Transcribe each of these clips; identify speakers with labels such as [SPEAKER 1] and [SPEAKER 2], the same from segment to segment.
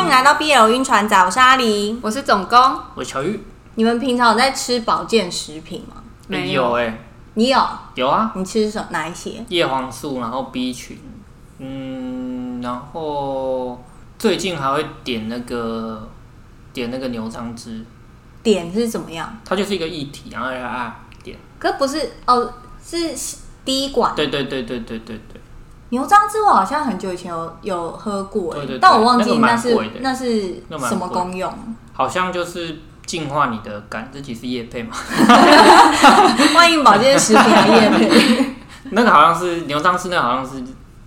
[SPEAKER 1] 迎来到 BL 晕船仔，我是阿狸。
[SPEAKER 2] 我是总工，
[SPEAKER 3] 我是乔玉，
[SPEAKER 1] 你们平常有在吃保健食品吗？
[SPEAKER 2] 没有
[SPEAKER 3] 有哎、
[SPEAKER 1] 你有？
[SPEAKER 3] 有啊，
[SPEAKER 1] 你吃什么哪一些？
[SPEAKER 3] 叶黄素，然后 B 群，嗯，然后最近还会点那个点那个牛樟汁，
[SPEAKER 1] 点是怎么样？
[SPEAKER 3] 它就是一个液体，然后啊啊点，
[SPEAKER 1] 可不是哦，是滴管。
[SPEAKER 3] 对对对对对对对，
[SPEAKER 1] 牛樟汁我好像很久以前有有喝过、欸，
[SPEAKER 3] 对对对
[SPEAKER 1] 但我忘记
[SPEAKER 3] 那个蛮
[SPEAKER 1] 是
[SPEAKER 3] 贵的
[SPEAKER 1] 那是
[SPEAKER 3] 那蛮
[SPEAKER 1] 什么
[SPEAKER 3] 贵的
[SPEAKER 1] 功用。
[SPEAKER 3] 好像就是净化你的肝，这其实叶配嘛，
[SPEAKER 1] 欢迎保健食品行业。
[SPEAKER 3] 那个好像是牛樟汁，那个好像是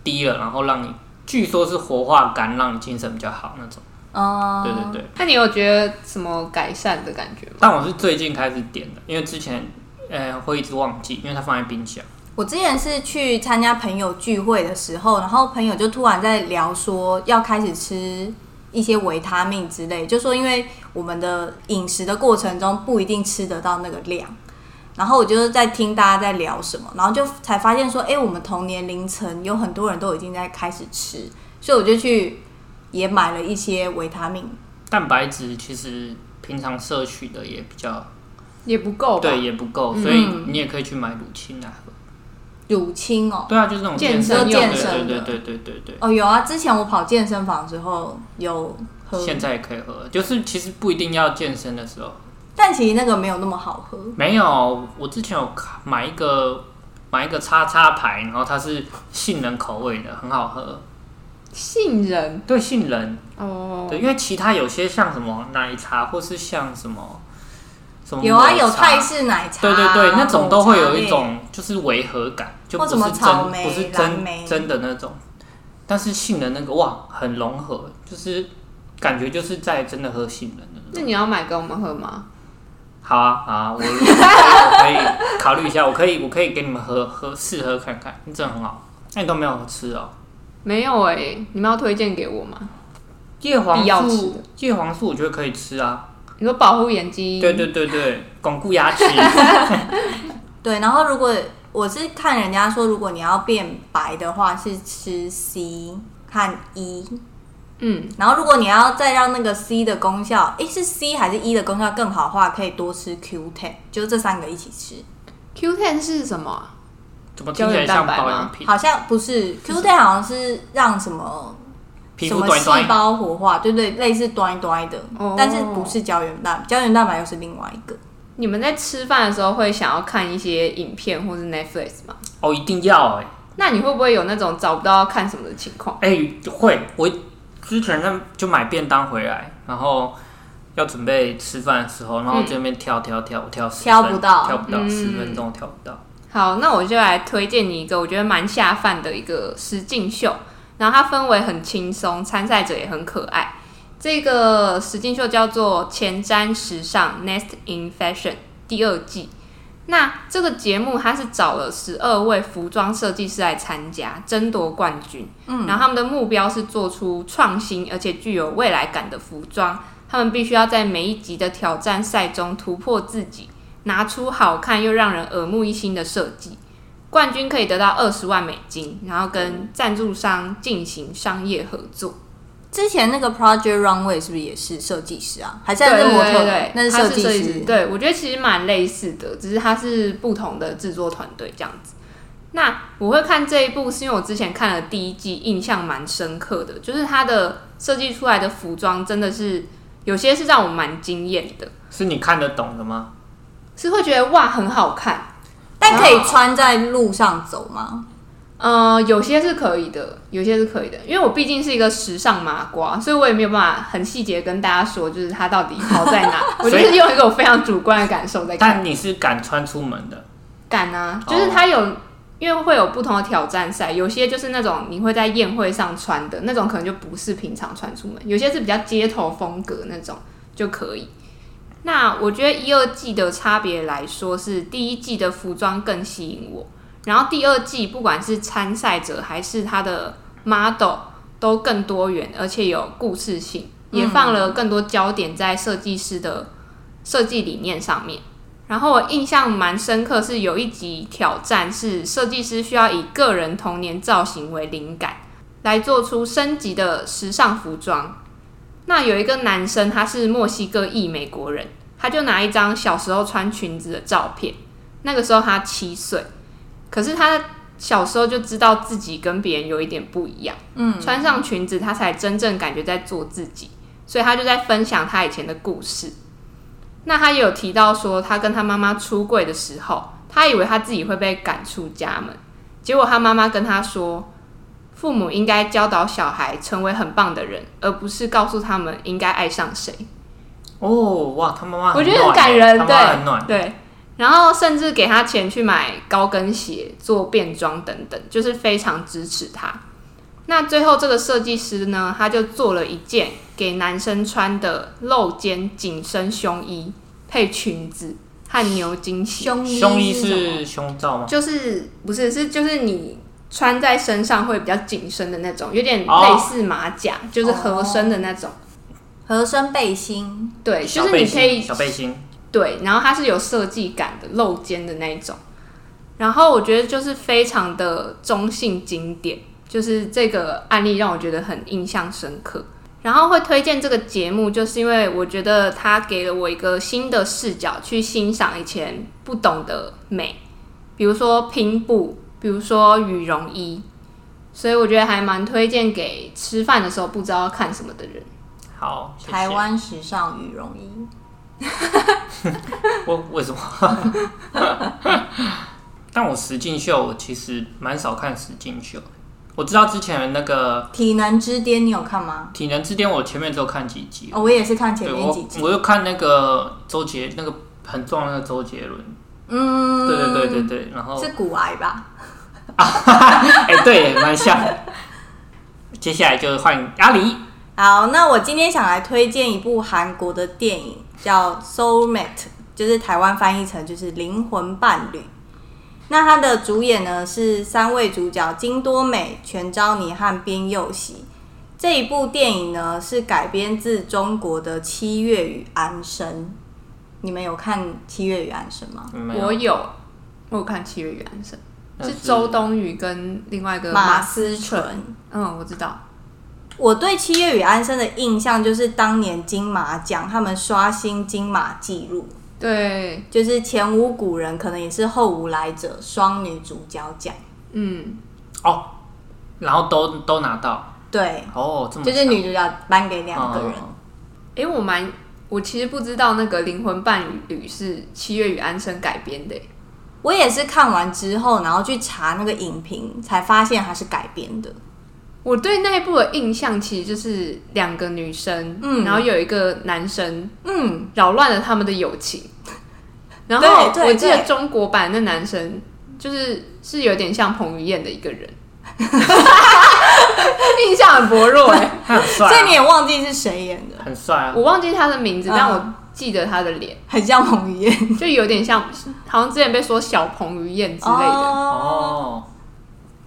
[SPEAKER 3] 低了，然后让你据说是活化肝，让你精神比较好那种，
[SPEAKER 1] 哦，
[SPEAKER 3] 对对对。
[SPEAKER 2] 那你有觉得什么改善的感觉吗？
[SPEAKER 3] 但我是最近开始点的，因为之前呃会一直忘记，因为它放在冰箱。
[SPEAKER 1] 我之前是去参加朋友聚会的时候，然后朋友就突然在聊说要开始吃一些维他命之类，就说因为我们的饮食的过程中不一定吃得到那个量。然后我就是在听大家在聊什么，然后就才发现说，哎，我们同年龄层有很多人都已经在开始吃，所以我就去也买了一些维他命。
[SPEAKER 3] 蛋白质其实平常摄取的也比较
[SPEAKER 2] 也不够吧？
[SPEAKER 3] 对，也不够，所以你也可以去买乳清来喝。
[SPEAKER 1] 乳清哦，
[SPEAKER 3] 对啊，就是那种
[SPEAKER 2] 健身
[SPEAKER 3] 身
[SPEAKER 2] 用
[SPEAKER 3] 对
[SPEAKER 1] 的
[SPEAKER 3] 对对对对对
[SPEAKER 1] 哦有啊，之前我跑健身房之后有喝
[SPEAKER 3] 对，，现在也可以喝，就是其实不一定要健身的时候。
[SPEAKER 1] 但其实那个没有那么好喝。
[SPEAKER 3] 没有，我之前有看买一个买一个叉叉牌，然后它是杏仁口味的，很好喝。
[SPEAKER 2] 杏仁
[SPEAKER 3] 对杏仁，
[SPEAKER 2] 哦，
[SPEAKER 3] 对，因为其他有些像什么奶茶，或是像什么什么
[SPEAKER 1] 有啊，
[SPEAKER 3] 抹
[SPEAKER 1] 有
[SPEAKER 3] 茶
[SPEAKER 1] 泰式奶茶，
[SPEAKER 3] 对对对，那种都会有一
[SPEAKER 1] 抹茶类。
[SPEAKER 3] 种就是违和感，就
[SPEAKER 1] 或
[SPEAKER 3] 不
[SPEAKER 1] 什么
[SPEAKER 3] 是
[SPEAKER 1] 草
[SPEAKER 3] 真
[SPEAKER 1] 莓
[SPEAKER 3] 不是
[SPEAKER 1] 蓝
[SPEAKER 3] 真
[SPEAKER 1] 莓
[SPEAKER 3] 真的那种。但是杏仁那个哇，很融合，就是感觉就是在真的喝杏仁的那
[SPEAKER 2] 那
[SPEAKER 3] 种。
[SPEAKER 2] 你要买给我们喝吗？
[SPEAKER 3] 好啊好啊，我我可以考虑一下，我可以我可以给你们喝喝试喝看看，真的很好。那你都没有吃哦？
[SPEAKER 2] 没有哎、你们要推荐给我吗？
[SPEAKER 3] 叶黄
[SPEAKER 2] 必要吃
[SPEAKER 3] 素，叶黄素我觉得可以吃啊。
[SPEAKER 2] 你说保护眼睛，
[SPEAKER 3] 对对对对，巩固牙齿。
[SPEAKER 1] 对，然后如果我是看人家说，如果你要变白的话，是吃 C 和 E。
[SPEAKER 2] 嗯，
[SPEAKER 1] 然后如果你要再让那个 C 的功效，诶，是 C 还是 E 的功效更好的话，可以多吃 Q Ten，就这三个一起吃。
[SPEAKER 2] Q ten 是什么啊？
[SPEAKER 3] 怎么听起来像保养品？
[SPEAKER 1] 好像不是 Q Ten，好像是让什么
[SPEAKER 3] 皮
[SPEAKER 1] 什
[SPEAKER 3] 肤
[SPEAKER 1] 么
[SPEAKER 3] 短
[SPEAKER 1] 细
[SPEAKER 3] 短。
[SPEAKER 1] 胞活化，对对，类似端一端的，
[SPEAKER 2] 哦
[SPEAKER 1] 但是不是胶原蛋，胶原蛋白又是另外一个。
[SPEAKER 2] 你们在吃饭的时候会想要看一些影片或是 Netflix 吗？
[SPEAKER 3] 哦，一定要哎、
[SPEAKER 2] 那你会不会有那种找不到要看什么的情况？
[SPEAKER 3] 哎、会，我之前那就买便当回来，然后要准备吃饭的时候，然后这边挑挑挑，我挑10
[SPEAKER 1] 挑
[SPEAKER 3] 分
[SPEAKER 1] 不到
[SPEAKER 3] 挑不到
[SPEAKER 2] 嗯
[SPEAKER 3] 十分钟，我挑不到。
[SPEAKER 2] 好，那我就来推荐你一个我觉得蛮下饭的一个实境秀，然后它氛围很轻松，参赛者也很可爱。这个实境秀叫做《前瞻时尚 Next in Fashion》第二季。那这个节目它是找了十二位服装设计师来参加，争夺冠军。嗯，然后他们的目标是做出创新而且具有未来感的服装。他们必须要在每一集的挑战赛中突破自己，拿出好看又让人耳目一新的设计。冠军可以得到二十万美金，然后跟赞助商进行商业合作。
[SPEAKER 1] 之前那个 Project Runway 是不是也是设计师啊？还是
[SPEAKER 2] 对
[SPEAKER 1] 那是模特？
[SPEAKER 2] 对对，
[SPEAKER 1] 那
[SPEAKER 2] 是
[SPEAKER 1] 设计
[SPEAKER 2] 计
[SPEAKER 1] 师。
[SPEAKER 2] 对，我觉得其实蛮类似的，只是它是不同的制作团队这样子。那我会看这一部，是因为我之前看了第一季，印象蛮深刻的，就是它的设计出来的服装真的是有些是让我蛮惊艳的，
[SPEAKER 3] 是你看得懂的吗？
[SPEAKER 2] 是会觉得哇很好看。
[SPEAKER 1] 但可以穿在路上走吗？
[SPEAKER 2] 呃，有些是可以的，有些是可以的，因为我毕竟是一个时尚麻瓜，所以我也没有办法很细节跟大家说，就是它到底好在哪。我就是用一个我非常主观的感受在看。
[SPEAKER 3] 但你是敢穿出门的，
[SPEAKER 2] 感啊，就是它有，因为会有不同的挑战赛，有些就是那种你会在宴会上穿的那种，可能就不是平常穿出门，有些是比较街头风格那种就可以。那我觉得一二季的差别来说，是第一季的服装更吸引我，然后第二季不管是参赛者还是他的 model 都更多元，而且有故事性，也放了更多焦点在设计师的设计理念上面。然后我印象蛮深刻是有一集挑战是设计师需要以个人童年造型为灵感，来做出升级的时尚服装。那有一个男生，他是墨西哥裔美国人，他就拿一张小时候穿裙子的照片，那个时候他七岁，可是他小时候就知道自己跟别人有一点不一样，嗯，穿上裙子他才真正感觉在做自己，所以他就在分享他以前的故事。那他也有提到说，他跟他妈妈出柜的时候，他以为他自己会被赶出家门，结果他妈妈跟他说，父母应该教导小孩成为很棒的人，而不是告诉他们应该爱上谁。
[SPEAKER 3] 哦，哇，他妈妈
[SPEAKER 2] 我觉得
[SPEAKER 3] 很
[SPEAKER 2] 很
[SPEAKER 3] 暖
[SPEAKER 2] 感
[SPEAKER 3] 欸
[SPEAKER 2] 人
[SPEAKER 3] 他妈妈很暖，
[SPEAKER 2] 对，然后甚至给他钱去买高跟鞋、做变装等等，就是非常支持他。那最后这个设计师呢，他就做了一件给男生穿的露肩紧身胸衣，配裙子和牛津鞋，
[SPEAKER 1] 胸衣
[SPEAKER 3] 胸衣
[SPEAKER 1] 是什么
[SPEAKER 3] 是胸罩吗？
[SPEAKER 2] 就是不是是就是你。穿在身上会比较紧身的那种，有点
[SPEAKER 3] 哦
[SPEAKER 2] 类似马甲就是合身的那种。
[SPEAKER 1] 合身背心，
[SPEAKER 2] 对，就
[SPEAKER 3] 小
[SPEAKER 2] 是你
[SPEAKER 3] 背
[SPEAKER 2] 可以
[SPEAKER 3] 心，小背心，
[SPEAKER 2] 对，然后它是有设计感的露肩的那一种，然后我觉得就是非常的中性经典，就是这个案例让我觉得很印象深刻。然后会推荐这个节目，就是因为我觉得它给了我一个新的视角去欣赏以前不懂的美，比如说拼布，比如说羽绒衣，所以我觉得还蛮推荐给吃饭的时候不知道要看什么的人。
[SPEAKER 3] 好，谢谢
[SPEAKER 1] 台，湾时尚羽绒衣。
[SPEAKER 3] 我 为什么？但我实境秀，我其实蛮少看实境秀的。我知道之前那个
[SPEAKER 1] 体能之巅你有看吗？
[SPEAKER 3] 体能之巅，我前面只有看几集，
[SPEAKER 1] 哦，我也是看前
[SPEAKER 3] 对
[SPEAKER 1] 面
[SPEAKER 3] 我
[SPEAKER 1] 几集。
[SPEAKER 3] 我就看那个周杰，那个很壮的那个周杰伦，
[SPEAKER 1] 嗯，
[SPEAKER 3] 对对对对对，然后
[SPEAKER 1] 是骨癌吧？
[SPEAKER 3] 哎、对，蛮像的。接下来就换阿狸，
[SPEAKER 1] 好，那我今天想来推荐一部韩国的电影，叫《Soulmate》，就是台湾翻译成就是灵魂伴侣。那它的主演呢是三位主角金多美、全昭妮和边佑熙。这一部电影呢是改编自中国的《七月与安生》，你们有看《七月与安生》吗？
[SPEAKER 3] 嗯没有
[SPEAKER 2] 我有，我有看《七月与安生》，
[SPEAKER 3] 那
[SPEAKER 2] 是
[SPEAKER 3] 是
[SPEAKER 2] 周冬雨跟另外一个
[SPEAKER 1] 马
[SPEAKER 2] 马，
[SPEAKER 1] 思纯。
[SPEAKER 2] 嗯，我知道，
[SPEAKER 1] 我对《七月与安生》的印象就是当年金马奖他们刷新金马纪录，
[SPEAKER 2] 对，
[SPEAKER 1] 就是前无古人，可能也是后无来者，双女主角奖。
[SPEAKER 2] 嗯，
[SPEAKER 3] 哦，然后都都拿到
[SPEAKER 1] 对，
[SPEAKER 3] 哦，这么
[SPEAKER 1] 就是女主角颁给两个人。
[SPEAKER 3] 哦
[SPEAKER 2] 诶，我蛮，我其实不知道那个《灵魂伴侣》是《七月与安生》改编的耶，
[SPEAKER 1] 我也是看完之后，然后去查那个影评，才发现它是改编的。
[SPEAKER 2] 我对那一部的印象其实就是两个女生，
[SPEAKER 1] 嗯
[SPEAKER 2] 然后有一个男生
[SPEAKER 1] 嗯，
[SPEAKER 2] 扰乱了他们的友 情，然后
[SPEAKER 1] 对对
[SPEAKER 2] 我记得
[SPEAKER 1] 对
[SPEAKER 2] 中国版那男生就是是有点像彭于晏的一 个人，印象很薄弱 哎。
[SPEAKER 3] 他很帅、啊，
[SPEAKER 1] 所以你也忘记是谁演的，
[SPEAKER 3] 很帅啊，
[SPEAKER 2] 我忘记他的名字，
[SPEAKER 1] 嗯
[SPEAKER 2] 但我记得他的脸，
[SPEAKER 1] 很像彭于晏之类
[SPEAKER 2] 就有点像，好像之前被说小彭于晏之类的。
[SPEAKER 3] 哦，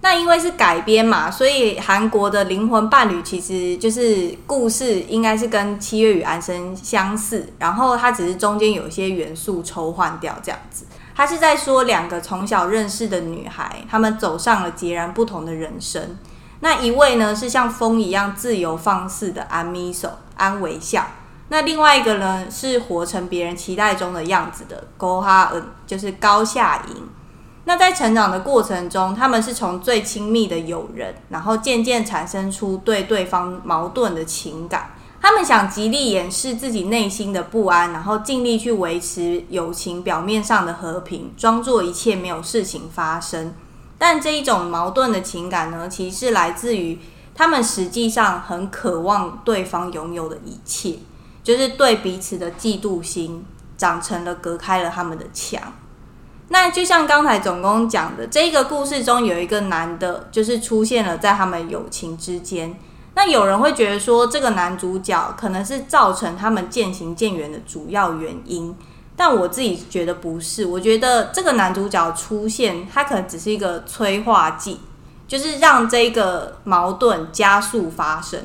[SPEAKER 1] 那因为是改编嘛，所以韩国的《灵魂伴侣》其实就是故事应该是跟《七月与安生》相似，然后它只是中间有一些元素抽换掉这样子。它是在说两个从小认识的女孩，她们走上了截然不同的人生。那一位呢是像风一样自由放肆的安咪手安微笑，那另外一个呢是活成别人期待中的样子的高哈恩，就是高夏莹。那在成长的过程中，他们是从最亲密的友人，然后渐渐产生出对对方矛盾的情感。他们想极力掩饰自己内心的不安，然后尽力去维持友情表面上的和平，装作一切没有事情发生。但这一种矛盾的情感呢，其实是来自于他们实际上很渴望对方拥有的一切，就是对彼此的嫉妒心长成了隔开了他们的墙。那就像刚才总工讲的，这个故事中有一个男的，就是出现了在他们友情之间。那有人会觉得说，这个男主角可能是造成他们渐行渐远的主要原因，但我自己觉得不是。我觉得这个男主角出现，他可能只是一个催化剂，就是让这个矛盾加速发生。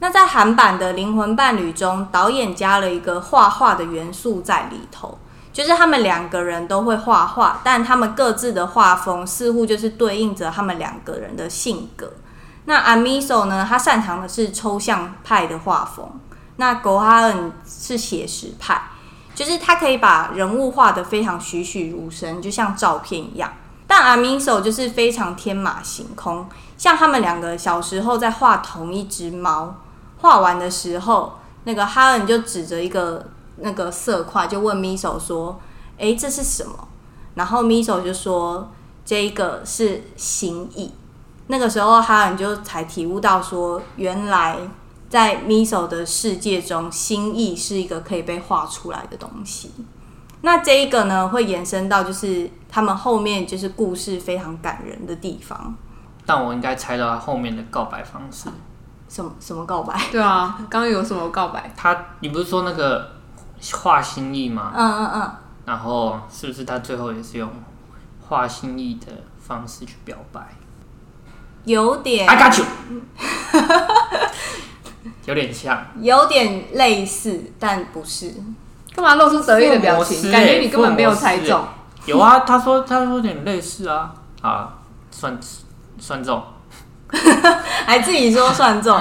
[SPEAKER 1] 那在韩版的《灵魂伴侣》中，导演加了一个画画的元素在里头。就是他们两个人都会画画，但他们各自的画风似乎就是对应着他们两个人的性格。那 Amiso 呢，他擅长的是抽象派的画风，那狗哈恩是写实派，就是他可以把人物画得非常栩栩如生，就像照片一样。但阿明手就是非常天马行空，像他们两个小时候在画同一只猫，画完的时候，那个哈恩就指着一个那个色块，就问米手说：“诶，这是什么？”然后米手就说：“这一个是形意。”那个时候哈恩就才体悟到说，原来在 Miso 的世界中，心意是一个可以被画出来的东西。那这一个呢，会延伸到就是他们后面就是故事非常感人的地方。
[SPEAKER 3] 但我应该猜到他后面的告白方式。
[SPEAKER 1] 什么什么告白？
[SPEAKER 2] 对啊，刚刚有什么告白？
[SPEAKER 3] 他，你不是说那个画心意吗？
[SPEAKER 1] 嗯嗯嗯，
[SPEAKER 3] 然后是不是他最后也是用画心意的方式去表白
[SPEAKER 1] 有点
[SPEAKER 3] ？I got you，有点像。
[SPEAKER 1] 有点类似，但不是。
[SPEAKER 2] 干嘛露出得意的表
[SPEAKER 3] 福尔摩斯
[SPEAKER 2] 情？
[SPEAKER 3] 欸
[SPEAKER 2] 感觉你根本没有猜
[SPEAKER 3] 福尔
[SPEAKER 2] 中
[SPEAKER 3] 摩。有啊，他说他说有点类似啊，啊，算算中。
[SPEAKER 1] 还自己说算中。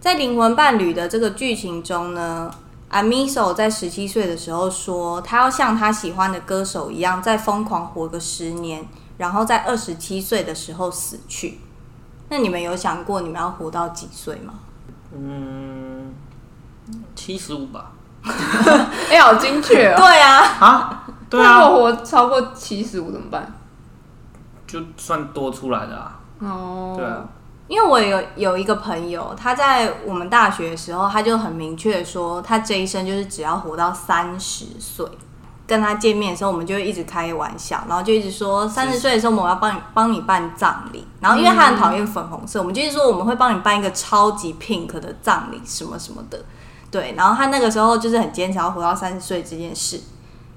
[SPEAKER 1] 在《灵魂伴侣》的这个剧情中呢，阿米索在十七岁的时候说，他要像他喜欢的歌手一样，再疯狂活个十年，然后在二十七岁的时候死去。那你们有想过你们要活到几岁吗？
[SPEAKER 3] 嗯，七十五吧。
[SPEAKER 2] 哎、好精确哦、
[SPEAKER 1] 对啊，
[SPEAKER 3] 啊， 对
[SPEAKER 1] 哦
[SPEAKER 2] 那如
[SPEAKER 3] 啊，
[SPEAKER 2] 果活超过七十五怎么办？
[SPEAKER 3] 就算多出来的啊。
[SPEAKER 2] 哦，
[SPEAKER 3] 对啊，
[SPEAKER 1] 因为我有有一个朋友，他在我们大学的时候，他就很明确说，他这一生就是只要活到三十岁。跟他见面的时候，我们就会一直开玩笑，然后就一直说三十岁的时候我们要帮你帮你办葬礼，然后因为他很讨厌粉红色，我们就是说我们会帮你办一个超级 pink 的葬礼什么什么的，对。然后他那个时候就是很坚持要活到三十岁这件事，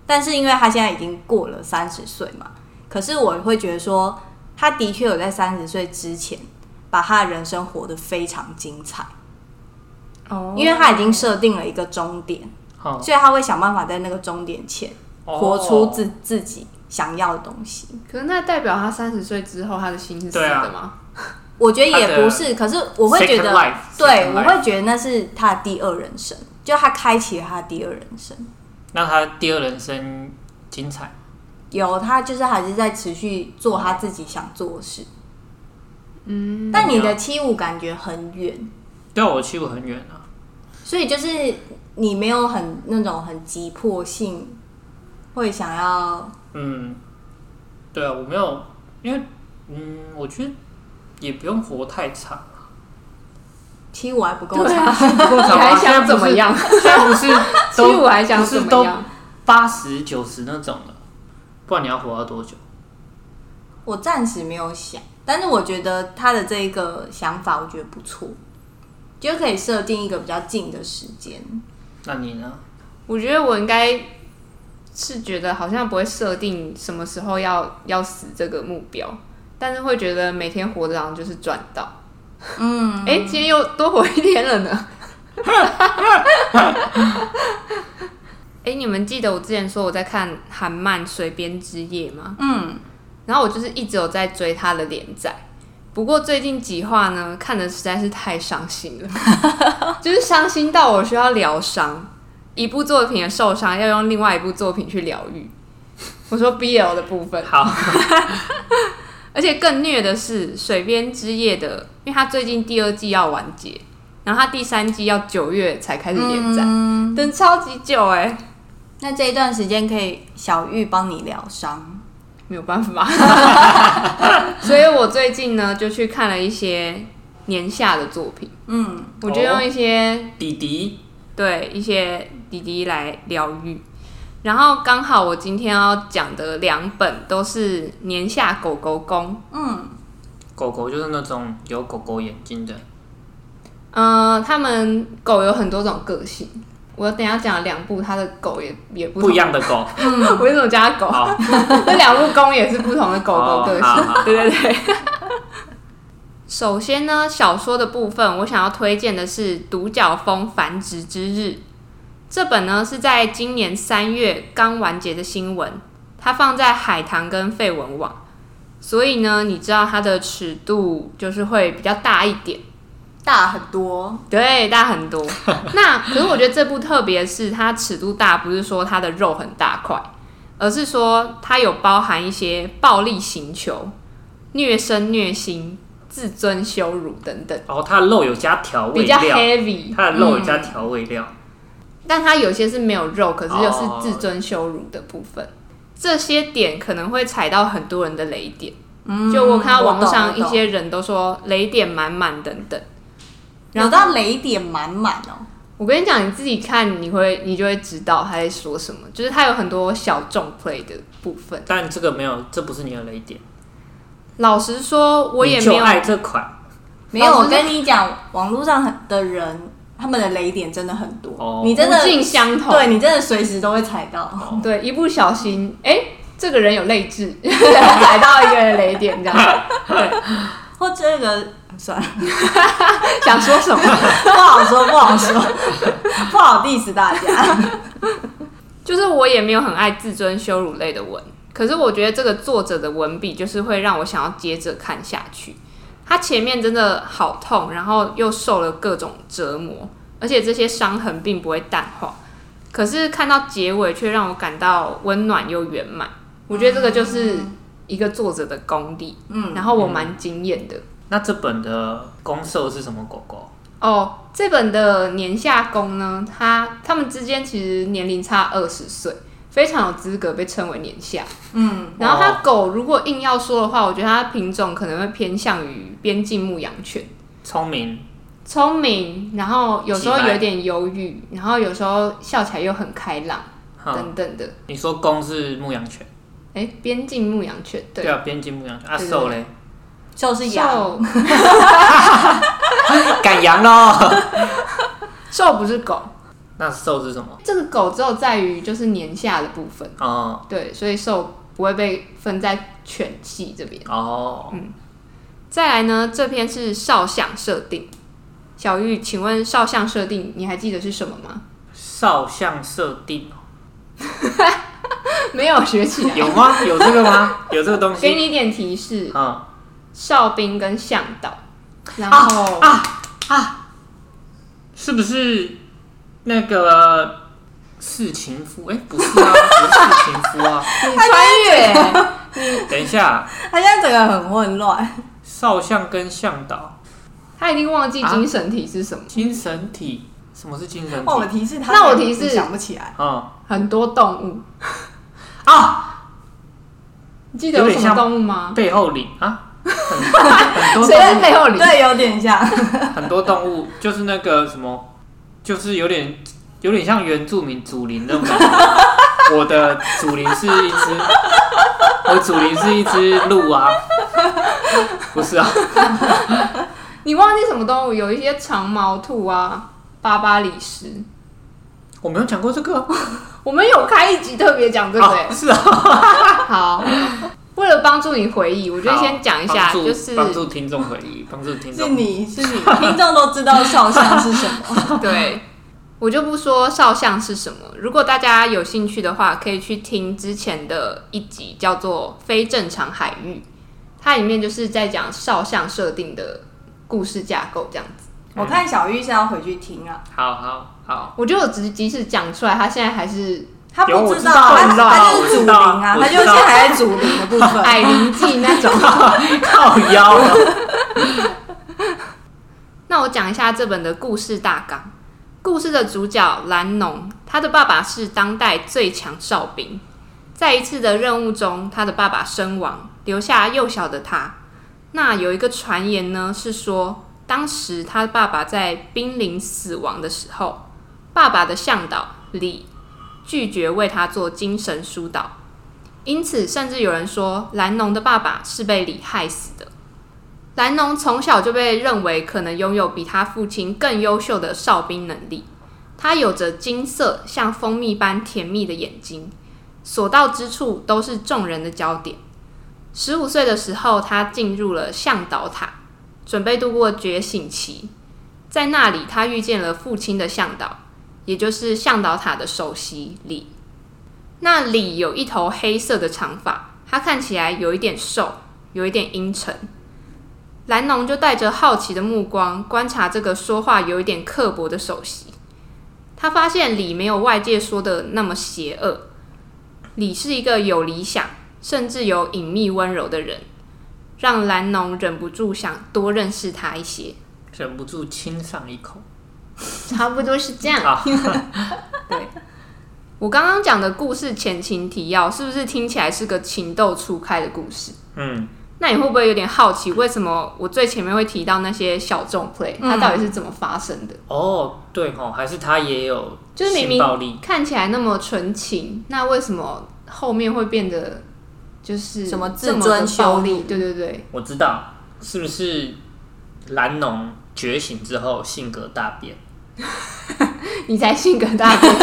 [SPEAKER 1] 但是因为他现在已经过了三十岁嘛，可是我会觉得说，他的确有在三十岁之前把他的人生活得非常精彩，
[SPEAKER 2] 哦，
[SPEAKER 1] 因为他已经设定了一个终点，
[SPEAKER 3] 好、
[SPEAKER 1] 所以他会想办法在那个终点前
[SPEAKER 3] 哦
[SPEAKER 1] 哦活出自、自己想要的东西。
[SPEAKER 2] 可是那代表他三十岁之后，他的心是死
[SPEAKER 3] 对啊
[SPEAKER 2] 的吗？
[SPEAKER 1] 我觉得也不
[SPEAKER 3] 他
[SPEAKER 1] 是，可是我会觉得
[SPEAKER 3] Second life，
[SPEAKER 1] 对
[SPEAKER 3] second
[SPEAKER 1] 我
[SPEAKER 3] life
[SPEAKER 1] 会觉得那是他的第二人生，就他开启了他的第二人生。
[SPEAKER 3] 那他第二人生精彩。
[SPEAKER 1] 有他就是还是在持续做他自己想做的事，
[SPEAKER 2] 嗯，
[SPEAKER 1] 但你的七五感觉很远，
[SPEAKER 3] 对啊，我去过很远啊。
[SPEAKER 1] 所以就是你没有很那种很急迫性，会想要
[SPEAKER 3] 嗯，对啊，我没有，因为嗯，我觉得也不用活太长。啊
[SPEAKER 1] 七五还不够
[SPEAKER 2] 对
[SPEAKER 1] 长，
[SPEAKER 2] 啊，
[SPEAKER 3] 够长
[SPEAKER 2] 你还
[SPEAKER 3] 啊
[SPEAKER 2] 想怎么？样？
[SPEAKER 3] 现 在不是现在不是
[SPEAKER 2] 七
[SPEAKER 3] 都
[SPEAKER 2] 五还想怎么样？
[SPEAKER 3] 八十九十那种了，不然你要活到多久？
[SPEAKER 1] 我暂时没有想，但是我觉得他的这一个想法我觉得不错，就可以设定一个比较近的时间。
[SPEAKER 3] 那你呢？
[SPEAKER 2] 我觉得我应该是觉得好像不会设定什么时候要要死这个目标，但是会觉得每天活着好像就是赚到。嗯，哎、今天又多活一天了呢。哎、你们记得我之前说我在看韩漫《水边之夜》吗？嗯，然后我就是一直有在追他的连载，不过最近几话呢，看的实在是太伤心了， 就是伤心到我需要疗伤。一部作品的受伤，要用另外一部作品去疗愈。我说 BL 的部分，
[SPEAKER 3] 好，
[SPEAKER 2] 而且更虐的是《水边之夜》的，因为它最近第二季要完结，然后它第三季要九月才开始连
[SPEAKER 1] 嗯
[SPEAKER 2] 载，等超级久哎、
[SPEAKER 1] 那这一段时间可以小玉帮你疗伤，
[SPEAKER 2] 没有办法。所以我最近呢，就去看了一些年下的作品，
[SPEAKER 1] 嗯，
[SPEAKER 2] 我就用一些
[SPEAKER 3] 弟弟，
[SPEAKER 2] 对一些滴滴来疗愈。然后刚好我今天要讲的两本都是年下狗狗宫，
[SPEAKER 3] 狗狗就是那种有狗狗眼睛的，
[SPEAKER 2] 嗯、呃，他们狗有很多种个性。我等一下讲两部，它的狗也也不
[SPEAKER 3] 不一
[SPEAKER 2] 同，
[SPEAKER 3] 样的 狗。
[SPEAKER 2] 我为什么叫它狗？
[SPEAKER 3] 好，
[SPEAKER 2] 这两部公也是不同的狗狗个性。
[SPEAKER 3] 哦好好
[SPEAKER 2] 对对对。 首先呢，小说的部分，我想要推荐的是《独角蜂繁殖之日》这本呢，是在今年三月刚完结的新闻，它放在海棠跟绯闻网，所以呢，你知道它的尺度就是会比较大一点。
[SPEAKER 1] 大很多，
[SPEAKER 2] 对，大 很多。那可是我觉得这部特别是它尺度大，不是说它的肉很大块，而是说它有包含一些暴力行求、虐身虐心、自尊羞辱等等，
[SPEAKER 3] 然后它的肉有加调味
[SPEAKER 2] 比较
[SPEAKER 3] 料，
[SPEAKER 2] heavy。
[SPEAKER 3] 它的肉有
[SPEAKER 2] 嗯
[SPEAKER 3] 加调味料，
[SPEAKER 2] 但它有些是没有肉，可是又
[SPEAKER 3] 哦
[SPEAKER 2] 是自尊羞辱的部分。这些点可能会踩到很多人的雷点。
[SPEAKER 1] 嗯
[SPEAKER 2] 就我看到网络
[SPEAKER 1] 我
[SPEAKER 2] 上
[SPEAKER 1] 懂
[SPEAKER 2] 一
[SPEAKER 1] 我懂
[SPEAKER 2] 些人都说雷点满满等等。然
[SPEAKER 1] 有
[SPEAKER 2] 后
[SPEAKER 1] 到雷点满满哦。
[SPEAKER 2] 我跟你讲，你自己看，你会你就会知道他在说什么。就是他有很多小众 play 的部分。
[SPEAKER 3] 但这个没有，这不是你的雷点，
[SPEAKER 2] 老实说，我也
[SPEAKER 3] 你
[SPEAKER 2] 没
[SPEAKER 3] 就
[SPEAKER 2] 有
[SPEAKER 3] 爱这款
[SPEAKER 1] 没有，
[SPEAKER 2] 老
[SPEAKER 1] 我
[SPEAKER 2] 师
[SPEAKER 1] 跟你讲，网络上很的人，他们的雷点真的很多，
[SPEAKER 3] 哦
[SPEAKER 1] 你真的
[SPEAKER 2] 不尽相同。
[SPEAKER 1] 对你真的随时都会踩到，
[SPEAKER 3] 哦，
[SPEAKER 2] 对，一不小心，哎、这个人有泪痣， 踩到一个人雷点，这样
[SPEAKER 1] 或这个算了，
[SPEAKER 2] 想说什么？
[SPEAKER 1] 不好说，不好说，不好 diss 大家。
[SPEAKER 2] 就是我也没有很爱自尊羞辱类的文，可是我觉得这个作者的文笔就是会让我想要接着看下去。他前面真的好痛，然后又受了各种折磨，而且这些伤痕并不会淡化。可是看到结尾却让我感到温暖又圆满，我觉得这个就是一个作者的功力。嗯，然后我蛮惊艳的。
[SPEAKER 3] 那这本的公售是什么狗狗？
[SPEAKER 2] 哦，这本的年下攻呢，他他们之间其实年龄差二十岁，非常有资格被称为年下。
[SPEAKER 1] 嗯，
[SPEAKER 2] 然后它
[SPEAKER 3] 哦
[SPEAKER 2] 狗如果硬要说的话，我觉得它品种可能会偏向于边境牧羊犬，
[SPEAKER 3] 聪明，
[SPEAKER 2] 聪明，然后有时候
[SPEAKER 3] 起来
[SPEAKER 2] 有点忧郁，然后有时候笑起来又很开朗
[SPEAKER 3] 哼，
[SPEAKER 2] 等等的。
[SPEAKER 3] 你说公是牧羊犬，
[SPEAKER 2] 哎，边境牧羊犬对，
[SPEAKER 3] 啊，边境牧羊犬，啊，
[SPEAKER 2] 对对
[SPEAKER 3] 瘦嘞，
[SPEAKER 1] 就是羊，
[SPEAKER 2] 兽
[SPEAKER 3] 赶羊喽。
[SPEAKER 2] 兽不是狗，
[SPEAKER 3] 那瘦是什么？
[SPEAKER 2] 这个狗只有在于就是年下的部分，
[SPEAKER 3] 哦
[SPEAKER 2] 对，所以兽不会被分在犬系这边。
[SPEAKER 3] 哦，
[SPEAKER 2] 嗯再来呢，这篇是少相设定。小玉，请问少相设定你还记得是什么吗？
[SPEAKER 3] 少相设定
[SPEAKER 2] 没有学起来，
[SPEAKER 3] 有吗？有这 个吗？有这个东
[SPEAKER 2] 给
[SPEAKER 3] 西？
[SPEAKER 2] 你一点提示，
[SPEAKER 3] 嗯，
[SPEAKER 2] 哨兵跟向导，然后、
[SPEAKER 3] 啊是不是那个侍情夫？哎，不是啊，不是侍情 夫啊。
[SPEAKER 2] 你穿越，
[SPEAKER 3] 等一下，
[SPEAKER 1] 他现在整个很混乱。
[SPEAKER 3] 少相跟向导，
[SPEAKER 2] 他已经忘记精神体是什么，
[SPEAKER 3] 精神体，什么是精神体
[SPEAKER 1] 哦，？我提示他，
[SPEAKER 2] 那我提示
[SPEAKER 1] 想不起来。
[SPEAKER 3] 嗯，
[SPEAKER 2] 很多动物，
[SPEAKER 3] 啊，
[SPEAKER 2] 你记得有什么动物吗？
[SPEAKER 3] 背后领啊，很很多
[SPEAKER 2] 谁在
[SPEAKER 3] 动
[SPEAKER 2] 背后里？
[SPEAKER 1] 对，有点像，
[SPEAKER 3] 物，很多动物，就是那个什么，就是有点有点像原住民祖灵那种感觉。 我的祖灵是一只，我祖灵是一只鹿啊，不是啊，
[SPEAKER 2] 你忘记什么动物？有一些长毛兔啊，巴巴里斯。
[SPEAKER 3] 我没有讲过这个
[SPEAKER 2] 我们有开一集特别讲这个、
[SPEAKER 3] 啊，
[SPEAKER 2] 欸，
[SPEAKER 3] 是啊，
[SPEAKER 2] 好，为了帮助你回忆，我就先讲一下，
[SPEAKER 3] 好帮助
[SPEAKER 2] 就是
[SPEAKER 3] 帮助听众回忆，帮助 听
[SPEAKER 1] 是
[SPEAKER 3] 众。
[SPEAKER 1] 你是你，听众都知道肖像是什么。
[SPEAKER 2] 对，我就不说少相是什么。如果大家有兴趣的话，可以去听之前的一集，叫做《非正常海域》，它里面就是在讲少相设定的故事架构这样子。
[SPEAKER 1] 我看小玉是要回去听啊，
[SPEAKER 3] 好好好，
[SPEAKER 2] 我觉得我只即使讲出来，他现在还是
[SPEAKER 1] 他
[SPEAKER 3] 有
[SPEAKER 1] 不
[SPEAKER 3] 我
[SPEAKER 1] 知
[SPEAKER 3] 知
[SPEAKER 1] 道，
[SPEAKER 3] 道
[SPEAKER 1] 他
[SPEAKER 3] 我知道
[SPEAKER 1] 他就是
[SPEAKER 3] 我
[SPEAKER 1] 主
[SPEAKER 3] 知
[SPEAKER 1] 灵
[SPEAKER 3] 道
[SPEAKER 1] 啊，
[SPEAKER 3] 我
[SPEAKER 1] 他
[SPEAKER 3] 知
[SPEAKER 1] 就是
[SPEAKER 3] 道
[SPEAKER 1] 还在主灵的部 分。
[SPEAKER 2] 矮灵记那种。
[SPEAKER 3] 靠腰啊了。
[SPEAKER 2] 那我讲一下这本的故事大纲。故事的主角蓝农，他的爸爸是当代最强哨兵。在一次的任务中，他的爸爸身亡，留下幼小的他。那有一个传言呢，是说当时他爸爸在濒临死亡的时候，爸爸的向导李拒绝为他做精神疏导，因此甚至有人说蓝农的爸爸是被李害死的。蓝农从小就被认为可能拥有比他父亲更优秀的哨兵能力。他有着金色像蜂蜜般甜蜜的眼睛，所到之处都是众人的焦点。十五岁的时候，他进入了向导塔，准备度过觉醒期。在那里，他遇见了父亲的向导，也就是向导塔的首席李。那李有一头黑色的长发，他看起来有一点瘦，有一点阴沉。蓝农就带着好奇的目光观察这个说话有一点刻薄的首席。他发现李没有外界说的那么邪恶，李是一个有理想，甚至有隐秘温柔的人，让蓝农忍不住想多认识他一些。
[SPEAKER 3] 忍不住亲上一口。
[SPEAKER 2] 差不多是这样。
[SPEAKER 3] 啊，
[SPEAKER 2] 对，我刚刚讲的故事前情提要，是不是听起来是个情窦初开的故事？
[SPEAKER 3] 嗯，
[SPEAKER 2] 那你会不会有点好奇，为什么我最前面会提到那些小众 play，它
[SPEAKER 1] 嗯
[SPEAKER 2] 到底是怎么发生的？
[SPEAKER 3] 哦，对吼，还是他也有
[SPEAKER 2] 就是明明
[SPEAKER 3] 性暴力，
[SPEAKER 2] 看起来那么纯情，那为什么后面会变得就是
[SPEAKER 1] 什么自
[SPEAKER 2] 这么
[SPEAKER 1] 尊
[SPEAKER 2] 的
[SPEAKER 1] 羞
[SPEAKER 2] 暴
[SPEAKER 1] 辱
[SPEAKER 2] 力？对对对，
[SPEAKER 3] 我知道是不是蓝农觉醒之后性格大变？
[SPEAKER 2] 你才性格大变。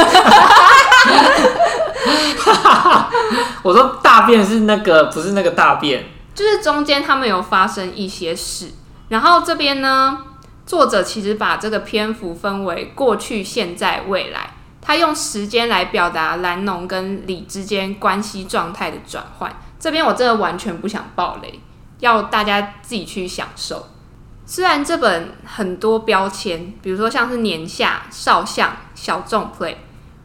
[SPEAKER 3] 我说大变是那个不是那个大变，
[SPEAKER 2] 就是中间他们有发生一些事，然后这边呢，作者其实把这个篇幅分为过去、现在、未来，他用时间来表达蓝农跟李之间关系状态的转换。这边我真的完全不想暴雷，要大家自己去享受。虽然这本很多标签，比如说像是年下、少相、小众 play，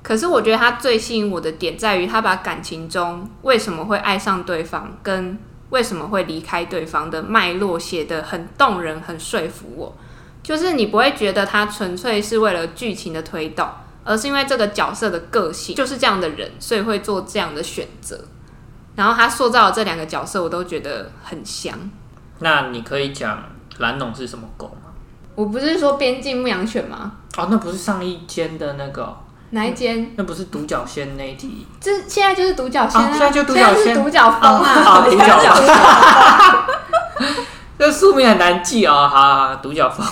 [SPEAKER 2] 可是我觉得它最吸引我的点在于，他把感情中为什么会爱上对方，跟为什么会离开对方的脉络写得很动人，很说服我。就是你不会觉得他纯粹是为了剧情的推动，而是因为这个角色的个性就是这样的人，所以会做这样的选择。然后他塑造的这两个角色，我都觉得很像。
[SPEAKER 3] 那你可以讲蓝农是什么狗吗？
[SPEAKER 2] 我不是说边境牧羊犬吗？
[SPEAKER 3] 哦，那不是上一间的那个哦、
[SPEAKER 2] 哪一间？
[SPEAKER 3] 那不是独角仙那一题
[SPEAKER 2] 这现在就是独角仙
[SPEAKER 3] 啊现在就独角仙
[SPEAKER 2] 现在是独角风啊，
[SPEAKER 3] 啊，独角仙。这书名很难记哦，好好，好独角风。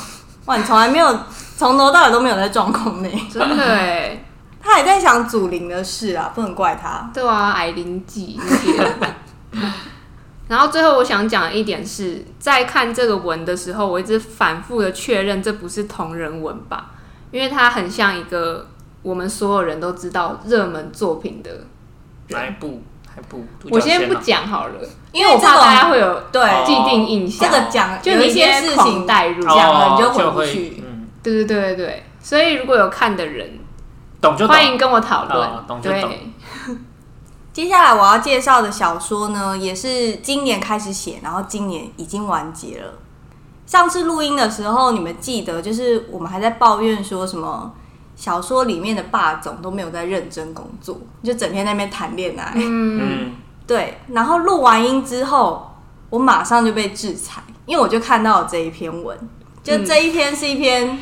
[SPEAKER 1] 哇，你从来没有从头到尾都没有在状况内，
[SPEAKER 2] 真的哎。
[SPEAKER 1] 他也在想祖灵的事啊，不能怪他。
[SPEAKER 2] 对啊，矮灵记那些。 然后最后我想讲的一点是，在看这个文的时候，我一直反复的确认这不是同人文吧，因为它很像一个我们所有人都知道热门作品的。
[SPEAKER 3] 哪一部？哪一部？独角
[SPEAKER 2] 我先
[SPEAKER 3] 仙
[SPEAKER 2] 不
[SPEAKER 3] 哦
[SPEAKER 2] 讲好了，
[SPEAKER 1] 因为
[SPEAKER 2] 我怕
[SPEAKER 1] 这种
[SPEAKER 2] 大家会有
[SPEAKER 1] 对，
[SPEAKER 3] 哦
[SPEAKER 2] 既定印象，
[SPEAKER 1] 这个讲
[SPEAKER 2] 就
[SPEAKER 1] 有
[SPEAKER 2] 你
[SPEAKER 1] 一些事情
[SPEAKER 2] 代入。
[SPEAKER 1] 讲了你就
[SPEAKER 3] 哦
[SPEAKER 1] 回不
[SPEAKER 3] 会
[SPEAKER 1] 去
[SPEAKER 3] 嗯，
[SPEAKER 2] 对对对对对，所以如果有看的人，
[SPEAKER 3] 懂就懂。
[SPEAKER 2] 欢迎跟我讨论。
[SPEAKER 3] 哦懂就懂
[SPEAKER 2] 对，
[SPEAKER 1] 接下来我要介绍的小说呢，也是今年开始写，然后今年已经完结了。上次录音的时候，你们记得，就是我们还在抱怨说什么小说里面的霸总都没有在认真工作，就整天在那边谈恋爱。
[SPEAKER 3] 嗯，
[SPEAKER 1] 对，然后录完音之后，我马上就被制裁，因为我就看到了这一篇文，就这一篇是一篇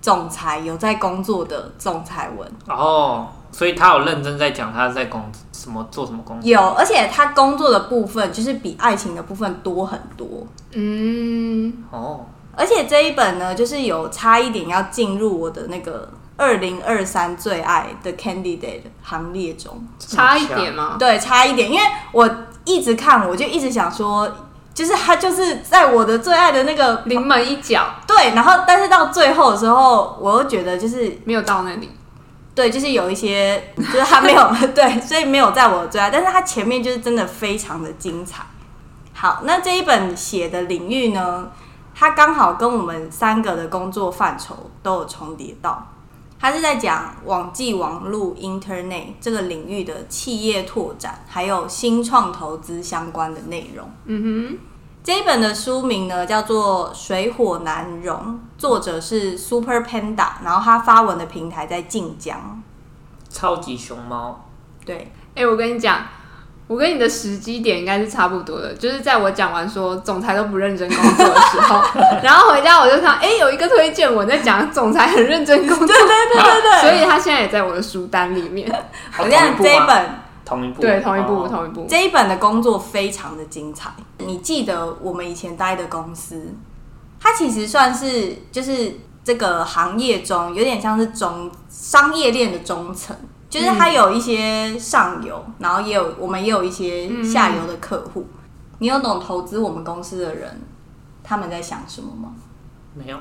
[SPEAKER 1] 总裁有在工作的总裁文。
[SPEAKER 3] 哦，所以他有认真在讲他在工什么做什么工作。
[SPEAKER 1] 有，而且他工作的部分就是比爱情的部分多很多。
[SPEAKER 2] 嗯，
[SPEAKER 3] 哦，
[SPEAKER 1] 而且这一本呢，就是有差一点要进入我的那个二零二三最爱的 candidate 行列中。
[SPEAKER 2] 差一点嘛，
[SPEAKER 1] 对，差一点，因为我一直看，我就一直想说，就是他就是在我的最爱的那个
[SPEAKER 2] 临门一脚
[SPEAKER 1] 对，然后但是到最后的时候，我又觉得就是
[SPEAKER 2] 没有到那里。
[SPEAKER 1] 对，就是有一些 就是他没有对，所以没有在我最爱，但是他前面就是真的非常的精彩。好，那这一本写的领域呢，它刚好跟我们三个的工作范畴都有重叠到。它是在讲网际网络 （Internet） 这个领域的企业拓展，还有新创投资相关的内容。
[SPEAKER 2] 嗯
[SPEAKER 1] 这一本的书名呢叫做《水火难容》，作者是 Super Panda，然后他发文的平台在晋江。
[SPEAKER 3] 超级熊猫。
[SPEAKER 1] 对，
[SPEAKER 2] 哼，哎、我跟你讲，我跟你的时机点应该是差不多的，就是在我讲完说总裁都不认真工作的时候， 然后回家我就想，哎、有一个推荐我在讲总裁很认真工作，对对
[SPEAKER 1] 对对对
[SPEAKER 2] 所以他现在也在我的书单里面。
[SPEAKER 1] 我跟
[SPEAKER 3] 哦
[SPEAKER 1] 你讲
[SPEAKER 2] 啊
[SPEAKER 3] 同
[SPEAKER 1] 这一
[SPEAKER 3] 一部吗
[SPEAKER 1] 本
[SPEAKER 3] 同一部，
[SPEAKER 2] 对，同一部，
[SPEAKER 3] 哦
[SPEAKER 2] 同一部。
[SPEAKER 1] 这一本的工作非常的精彩。你记得我们以前待的公司，它其实算是就是这个行业中有点像是中商业链的中层，就是它有一些上游，
[SPEAKER 2] 嗯
[SPEAKER 1] 然后也有我们也有一些下游的客户。你有懂投资我们公司的人他们在想什么吗？
[SPEAKER 3] 没有。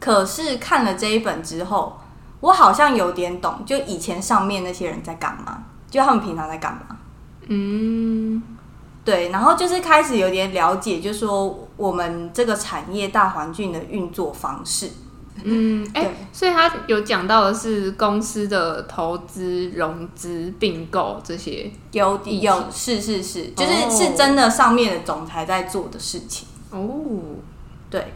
[SPEAKER 1] 可是看了这一本之后，我好像有点懂，就以前上面那些人在干嘛，就他们平常在干嘛。
[SPEAKER 2] 嗯，
[SPEAKER 1] 对，然后就是开始有点了解，就说我们这个产业大环境的运作方式。
[SPEAKER 2] 嗯，哎、
[SPEAKER 1] 对
[SPEAKER 2] 所以他有讲到的是公司的投资、融资、并购这些。
[SPEAKER 1] 有
[SPEAKER 2] 议题
[SPEAKER 1] 有是是是，就是
[SPEAKER 2] 哦
[SPEAKER 1] 是真的上面的总裁在做的事情。
[SPEAKER 2] 哦，
[SPEAKER 1] 对，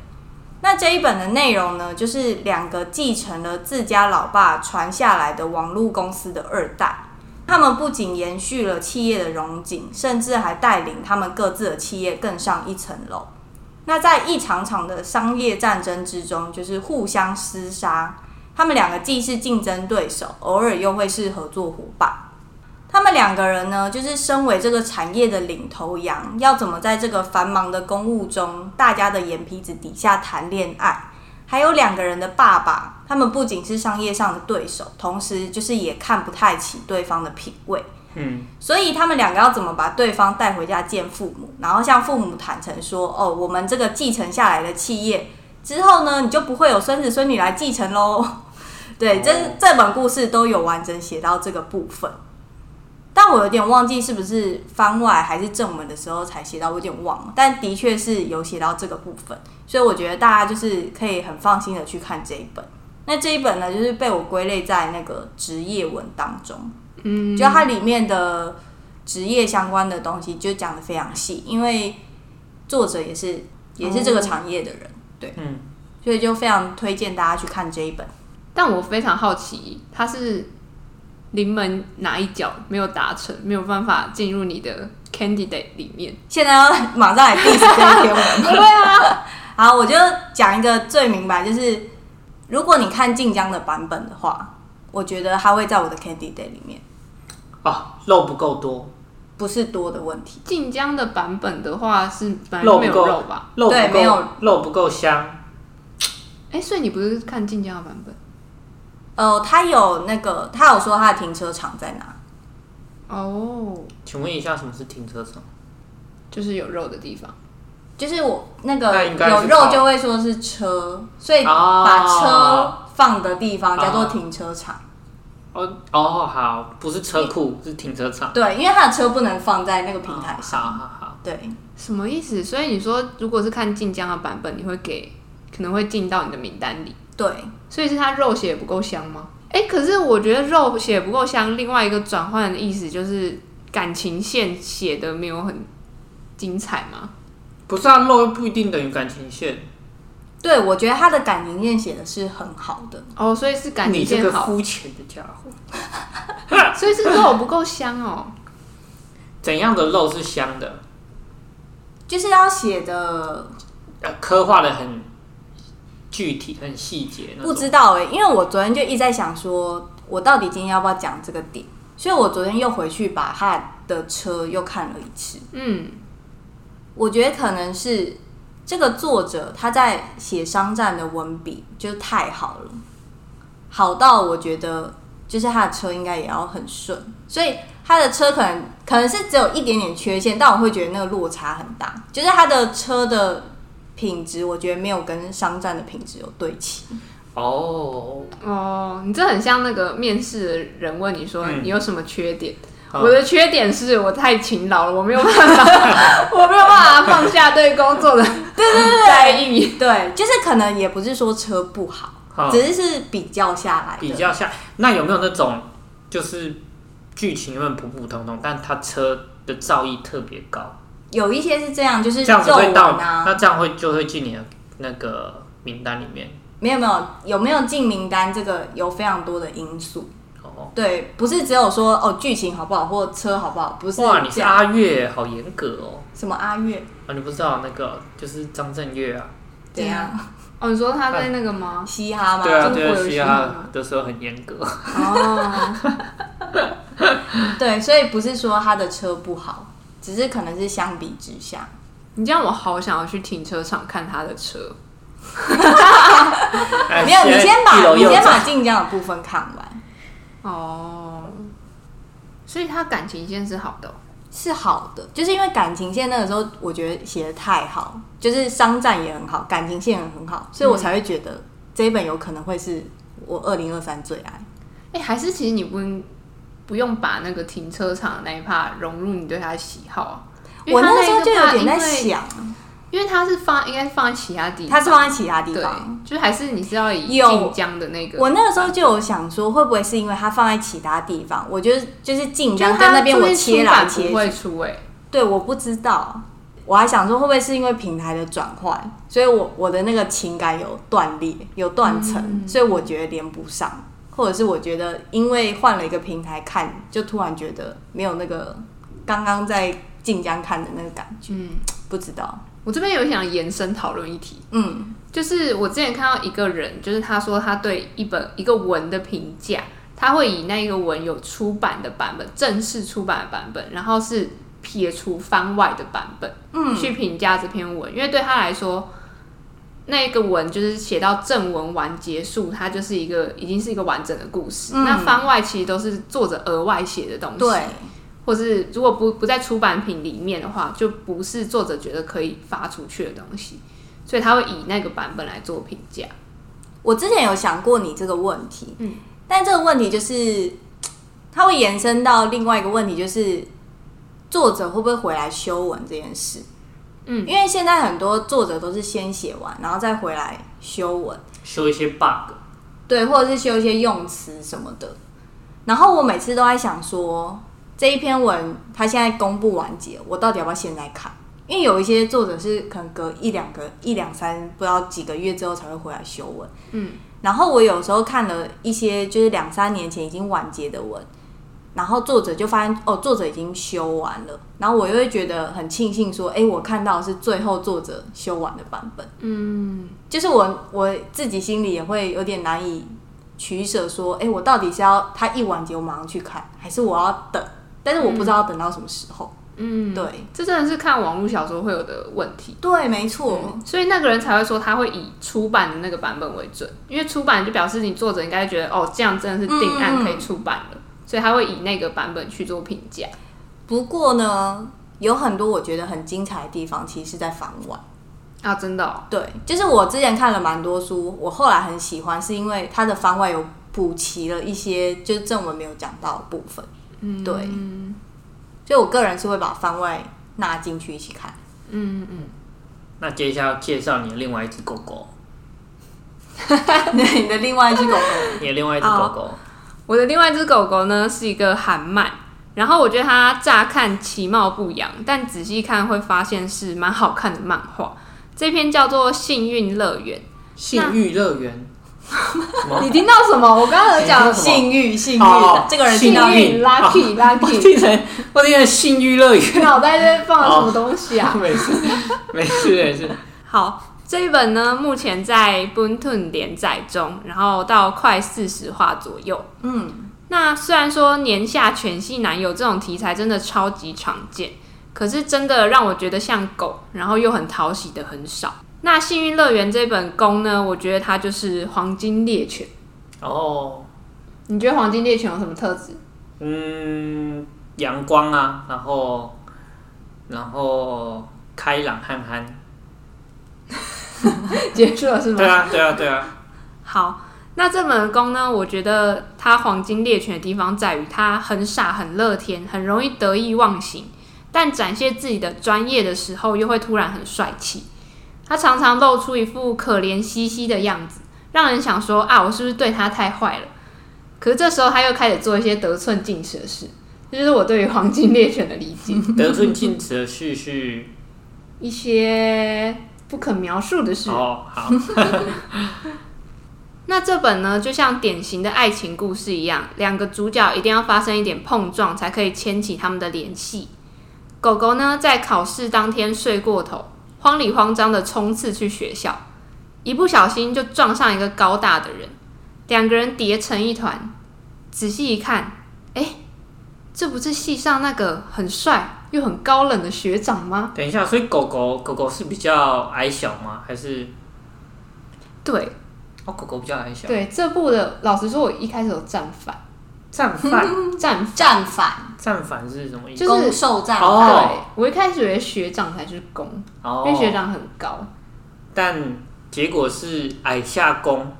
[SPEAKER 1] 那这一本的内容呢，就是两个继承了自家老爸传下来的网络公司的二代，他们不仅延续了企业的荣景，甚至还带领他们各自的企业更上一层楼。那在一场场的商业战争之中，就是互相厮杀。他们两个既是竞争对手，偶尔又会是合作伙伴。他们两个人呢，就是身为这个产业的领头羊，要怎么在这个繁忙的公务中，大家的眼皮子底下谈恋爱？还有两个人的爸爸，他们不仅是商业上的对手，同时就是也看不太起对方的品味。
[SPEAKER 3] 嗯，
[SPEAKER 1] 所以他们两个要怎么把对方带回家见父母，然后向父母坦诚说：“哦，我们这个继承下来的企业之后呢，你就不会有孙子孙女来继承喽。” 对，这
[SPEAKER 3] 哦
[SPEAKER 1] 这本故事都有完整写到这个部分，但我有点忘记是不是番外还是正文的时候才写到，我有点忘了。但的确是有写到这个部分，所以我觉得大家就是可以很放心的去看这一本。那这一本呢，就是被我归类在那个职业文当中。
[SPEAKER 2] 嗯，
[SPEAKER 1] 就它里面的职业相关的东西就讲的非常细，因为作者也是也是这个产业的人，对，
[SPEAKER 3] 嗯，
[SPEAKER 1] 所以就非常推荐大家去看这一本。
[SPEAKER 2] 但我非常好奇，他是临门哪一脚没有达成，没有办法进入你的 candidate 里 面？
[SPEAKER 1] 现在要马上来 diss 这一篇文，
[SPEAKER 2] 对啊，
[SPEAKER 1] 好，我就讲一个最明白，就是如果你看晋江的版本的话，我觉得它会在我的 Candy Day 里面，
[SPEAKER 3] 哦，肉不够多，
[SPEAKER 1] 不是多的问题，
[SPEAKER 2] 晋江的版本的话是本来就
[SPEAKER 3] 肉
[SPEAKER 2] 没
[SPEAKER 3] 不
[SPEAKER 2] 有
[SPEAKER 3] 够
[SPEAKER 2] 肉吧？
[SPEAKER 3] 肉
[SPEAKER 1] 对
[SPEAKER 3] 不
[SPEAKER 1] 没有
[SPEAKER 3] 够，肉不够香，
[SPEAKER 2] 哎、所以你不是看晋江的版本？
[SPEAKER 1] 呃，他有那个他有说他的停车场在哪，
[SPEAKER 2] 哦、
[SPEAKER 3] 请问一下，什么是停车场？
[SPEAKER 2] 就是有肉的地方。
[SPEAKER 1] 就是我那
[SPEAKER 3] 那
[SPEAKER 1] 个
[SPEAKER 3] 应该是
[SPEAKER 1] 有肉就会说是车，所以
[SPEAKER 3] 哦
[SPEAKER 1] 把车放的地方叫做
[SPEAKER 3] 啊
[SPEAKER 1] 停车场。
[SPEAKER 3] 哦哦，好，不是车库，是停车场。
[SPEAKER 1] 对，因为他的车不能放在那个平台上。
[SPEAKER 3] 好好好，
[SPEAKER 1] 对，
[SPEAKER 2] 什么意思？所以你说，如果是看晋江的版本，你会给可能会进到你的名单里，
[SPEAKER 1] 对，
[SPEAKER 2] 所以是它肉血不够香吗？哎、可是我觉得肉血不够香，另外一个转换的意思就是感情线写的没有很精彩吗？
[SPEAKER 3] 不是啊，肉又不一定等于感情线。
[SPEAKER 1] 对，我觉得他的感情线写的是很好的。
[SPEAKER 2] 哦，所以是感
[SPEAKER 3] 你
[SPEAKER 2] 情
[SPEAKER 3] 这
[SPEAKER 2] 线
[SPEAKER 3] 个
[SPEAKER 2] 好，
[SPEAKER 3] 肤浅的家伙，
[SPEAKER 2] 所以是肉不够香哦。
[SPEAKER 3] 怎样的肉是香的？
[SPEAKER 1] 就是要写的
[SPEAKER 3] 呃刻画的很具体、很细节那
[SPEAKER 1] 不
[SPEAKER 3] 种。
[SPEAKER 1] 知道哎、因为我昨天就一直在想说，我到底今天要不要讲这个点，所以我昨天又回去把他的车又看了一次。
[SPEAKER 2] 嗯，
[SPEAKER 1] 我觉得可能是这个作者他在写商战的文笔就太好了，好到我觉得就是他的车应该也要很顺，所以他的车可能可能是只有一点点缺陷，但我会觉得那个落差很大，就是他的车的品质，我觉得没有跟商战的品质有对齐。
[SPEAKER 3] 哦，
[SPEAKER 2] 哦，你这很像那个面试的人问你说
[SPEAKER 3] 嗯
[SPEAKER 2] 你有什么缺点。
[SPEAKER 3] 好
[SPEAKER 2] 我的缺点是我太勤劳了，我没有办 法，我没有办法放下对工作的对对对在意。
[SPEAKER 1] 对，就是可能也不是说车不好，
[SPEAKER 3] 好，
[SPEAKER 1] 只是是比较下来的
[SPEAKER 3] 嗯比较像。那有没有那种就是剧情原本普普通通，但他车的造诣特别高，
[SPEAKER 1] 有一些是这样，就是
[SPEAKER 3] 这样子
[SPEAKER 1] 皱
[SPEAKER 3] 会
[SPEAKER 1] 纹
[SPEAKER 3] 到、
[SPEAKER 1] 啊，
[SPEAKER 3] 那这样会就会进你的那个名单里面。
[SPEAKER 1] 没有没有，有没有进名单这个有非常多的因素。
[SPEAKER 3] 哦，
[SPEAKER 1] 对，不是只有说哦剧情好不好或车好不好，不是
[SPEAKER 3] 哇，你是
[SPEAKER 1] 这样
[SPEAKER 3] 阿月，好严格哦。
[SPEAKER 1] 什么阿月
[SPEAKER 3] 啊，你不知道那个就是张震岳啊，
[SPEAKER 1] 怎样
[SPEAKER 2] 哦，你说他在那个吗？
[SPEAKER 1] 嘻哈吗？
[SPEAKER 3] 对啊，
[SPEAKER 2] 中
[SPEAKER 3] 对
[SPEAKER 2] 国
[SPEAKER 3] 啊，
[SPEAKER 2] 有
[SPEAKER 3] 嘻
[SPEAKER 2] 嘻
[SPEAKER 3] 哈
[SPEAKER 2] 哈
[SPEAKER 3] 的时候很严 格。
[SPEAKER 2] 哦，
[SPEAKER 1] 对所以不是说他的车不好，只是可能是相比之下，
[SPEAKER 2] 你这样我好想要去停车场看他的车。
[SPEAKER 3] 哎
[SPEAKER 1] 没有你
[SPEAKER 3] 现在
[SPEAKER 1] 先把
[SPEAKER 3] 一楼
[SPEAKER 1] 你
[SPEAKER 3] 又
[SPEAKER 1] 先
[SPEAKER 3] 在
[SPEAKER 1] 把晋江的部分看完
[SPEAKER 2] 哦，所以他感情线是好的哦、
[SPEAKER 1] 是好的，就是因为感情线那个时候我觉得写的太好，就是商战也很好，感情线也很好，所以我才会觉得这一本有可能会是我二零二三最爱。
[SPEAKER 2] 哎、还是其实你不不用把那个停车场那一趴融入你对他的喜好啊、因
[SPEAKER 1] 我
[SPEAKER 2] 为它
[SPEAKER 1] 那时候
[SPEAKER 2] 个
[SPEAKER 1] 就有
[SPEAKER 2] 怕
[SPEAKER 1] 点在
[SPEAKER 2] 因为
[SPEAKER 1] 想，
[SPEAKER 2] 因为它是放应该是放在其他地方，
[SPEAKER 1] 它是放在其他地
[SPEAKER 2] 对
[SPEAKER 1] 方。，
[SPEAKER 2] 就是还是你是要以
[SPEAKER 1] 有
[SPEAKER 2] 晋江的那个，
[SPEAKER 1] 我那个时候就有想说，会不会是因为它放在其他地方？我觉得就是晋
[SPEAKER 2] 就是
[SPEAKER 1] 江
[SPEAKER 2] 它
[SPEAKER 1] 跟那边
[SPEAKER 2] 注
[SPEAKER 1] 我
[SPEAKER 2] 意
[SPEAKER 1] 切
[SPEAKER 2] 出
[SPEAKER 1] 来
[SPEAKER 2] 版
[SPEAKER 1] 切
[SPEAKER 2] 不
[SPEAKER 1] 去，
[SPEAKER 2] 会出哎，
[SPEAKER 1] 对，我不知道。我还想说，会不会是因为平台的转换，所以我我的那个情感有断裂、有断层，所以我觉得连不上，或者是我觉得因为换了一个平台看，就突然觉得没有那个刚刚在晋江看的那个感觉，
[SPEAKER 2] 嗯，
[SPEAKER 1] 不知道。
[SPEAKER 2] 我这边有想延伸讨论一题，
[SPEAKER 1] 嗯，
[SPEAKER 2] 就是我之前看到一个人，就是他说他对一本一个文的评价，他会以那一个文有出版的版本、正式出版的版本，然后是撇除番外的版本，嗯，去评价这篇文，因为对他来说，那个文就是写到正文完结束，它就是一个已经是一个完整的故事。
[SPEAKER 1] 嗯
[SPEAKER 2] 那番外其实都是作者额外写的东西，
[SPEAKER 1] 对，
[SPEAKER 2] 或是如果不不在出版品里面的话，就不是作者觉得可以发出去的东西，所以他会以那个版本来做评价。
[SPEAKER 1] 我之前有想过你这个问题，
[SPEAKER 2] 嗯，
[SPEAKER 1] 但这个问题就是它会延伸到另外一个问题，就是作者会不会回来修文这件事。
[SPEAKER 2] 嗯，
[SPEAKER 1] 因为现在很多作者都是先写完，然后再回来修文，
[SPEAKER 3] 修一些 bug，
[SPEAKER 1] 对，或者是修一些用词什么的。然后我每次都在想说，这一篇文它现在公布完结，我到底要不要现在看？因为有一些作者是可能隔一两个、一两三不知道几个月之后才会回来修文。
[SPEAKER 2] 嗯，
[SPEAKER 1] 然后我有时候看了一些就是两三年前已经完结的文，然后作者就发现哦，作者已经修完了，然后我又会觉得很庆幸说，哎，我看到的是最后作者修完的版本。
[SPEAKER 2] 嗯，
[SPEAKER 1] 就是我我自己心里也会有点难以取舍，说，哎、我到底是要它一完结我马上去看，还是我要等？但是我不知道要等到什么时候。
[SPEAKER 2] 嗯
[SPEAKER 1] 对
[SPEAKER 2] 这真的是看网络小说会有的问题。
[SPEAKER 1] 对，没错，
[SPEAKER 2] 所以那个人才会说他会以出版的那个版本为准，因为出版就表示你作者应该觉得哦，这样真的是定案
[SPEAKER 1] 嗯
[SPEAKER 2] 可以出版了，所以他会以那个版本去做评价。
[SPEAKER 1] 不过呢，有很多我觉得很精彩的地方，其实是在反晚。
[SPEAKER 2] 啊，真的、哦，
[SPEAKER 1] 对，就是我之前看了蛮多书，我后来很喜欢，是因为它的番外有补齐了一些就是正文没有讲到的部分。嗯，对，所以我个人是会把番外纳进去一起看。
[SPEAKER 2] 嗯嗯，
[SPEAKER 3] 那接下来要介绍你的另外一只狗狗，
[SPEAKER 1] 你的另外一只狗狗。
[SPEAKER 3] 你的另外一只狗狗，
[SPEAKER 2] 我的另外一只狗狗呢是一个韩漫，然后我觉得它乍看其貌不扬，但仔细看会发现是蛮好看的漫画。这篇叫做《幸运乐园
[SPEAKER 3] 性欲乐 园，什》，么？
[SPEAKER 2] 你听到什么？我刚
[SPEAKER 1] 哎
[SPEAKER 2] 刚有讲
[SPEAKER 3] 什么
[SPEAKER 1] 性欲，性欲
[SPEAKER 3] 哦，
[SPEAKER 1] 这个人
[SPEAKER 3] 幸
[SPEAKER 1] 听
[SPEAKER 2] 幸
[SPEAKER 1] 到
[SPEAKER 3] 运
[SPEAKER 2] 运 lucky
[SPEAKER 3] 我
[SPEAKER 2] lucky，
[SPEAKER 3] 听成我听成性欲乐园，
[SPEAKER 2] 脑袋在放了什么东西啊？
[SPEAKER 3] 没事没事没事，
[SPEAKER 2] 好，这一本呢目前在 Boonton 连载中，然后到快四十话左右。
[SPEAKER 1] 嗯，
[SPEAKER 2] 那虽然说年下犬系男友这种题材真的超级常见，可是真的让我觉得像狗，然后又很讨喜的很少。那《幸运乐园》这本公呢，我觉得它就是黄金猎犬。
[SPEAKER 3] 哦，
[SPEAKER 2] 你觉得黄金猎犬有什么特质？
[SPEAKER 3] 嗯，阳光啊，然后然后开朗憨憨，
[SPEAKER 2] 结束了是
[SPEAKER 3] 对
[SPEAKER 2] 吗？
[SPEAKER 3] 啊对啊对啊，
[SPEAKER 2] 好，那这本公呢，我觉得它黄金猎犬的地方在于它很傻、很乐天、很容易得意忘形，但展现自己的专业的时候，又会突然很帅气。它常常露出一副可怜兮兮的样子，让人想说啊，我是不是对它太坏了？可是这时候，他又开始做一些得寸进尺的事，这就是我对于黄金猎犬的理解。
[SPEAKER 3] 得寸进尺的事是
[SPEAKER 2] 一些不可描述的事，
[SPEAKER 3] 哦好，
[SPEAKER 2] 那这本呢，就像典型的爱情故事一样，两个主角一定要发生一点碰撞，才可以牵起他们的联系。狗狗呢，在考试当天睡过头，慌里慌张的冲刺去学校，一不小心就撞上一个高大的人，两个人叠成一团。仔细一看，哎，这不是系上那个很帅又很高冷的学长吗？
[SPEAKER 3] 等一下，所以狗狗狗狗是比较矮小吗？还是
[SPEAKER 2] 对
[SPEAKER 3] 哦狗狗比较 矮小？
[SPEAKER 2] 对，这部的老实说，我一开始有站反，
[SPEAKER 3] 战犯
[SPEAKER 2] 站
[SPEAKER 1] 战反，
[SPEAKER 3] 战犯是什么意思？
[SPEAKER 2] 就是
[SPEAKER 1] 攻受战
[SPEAKER 3] 哦
[SPEAKER 1] 犯，
[SPEAKER 2] 对，我一开始以为学长才是公，因为学
[SPEAKER 3] 哦，
[SPEAKER 2] 长很高，
[SPEAKER 3] 但结果是矮下攻，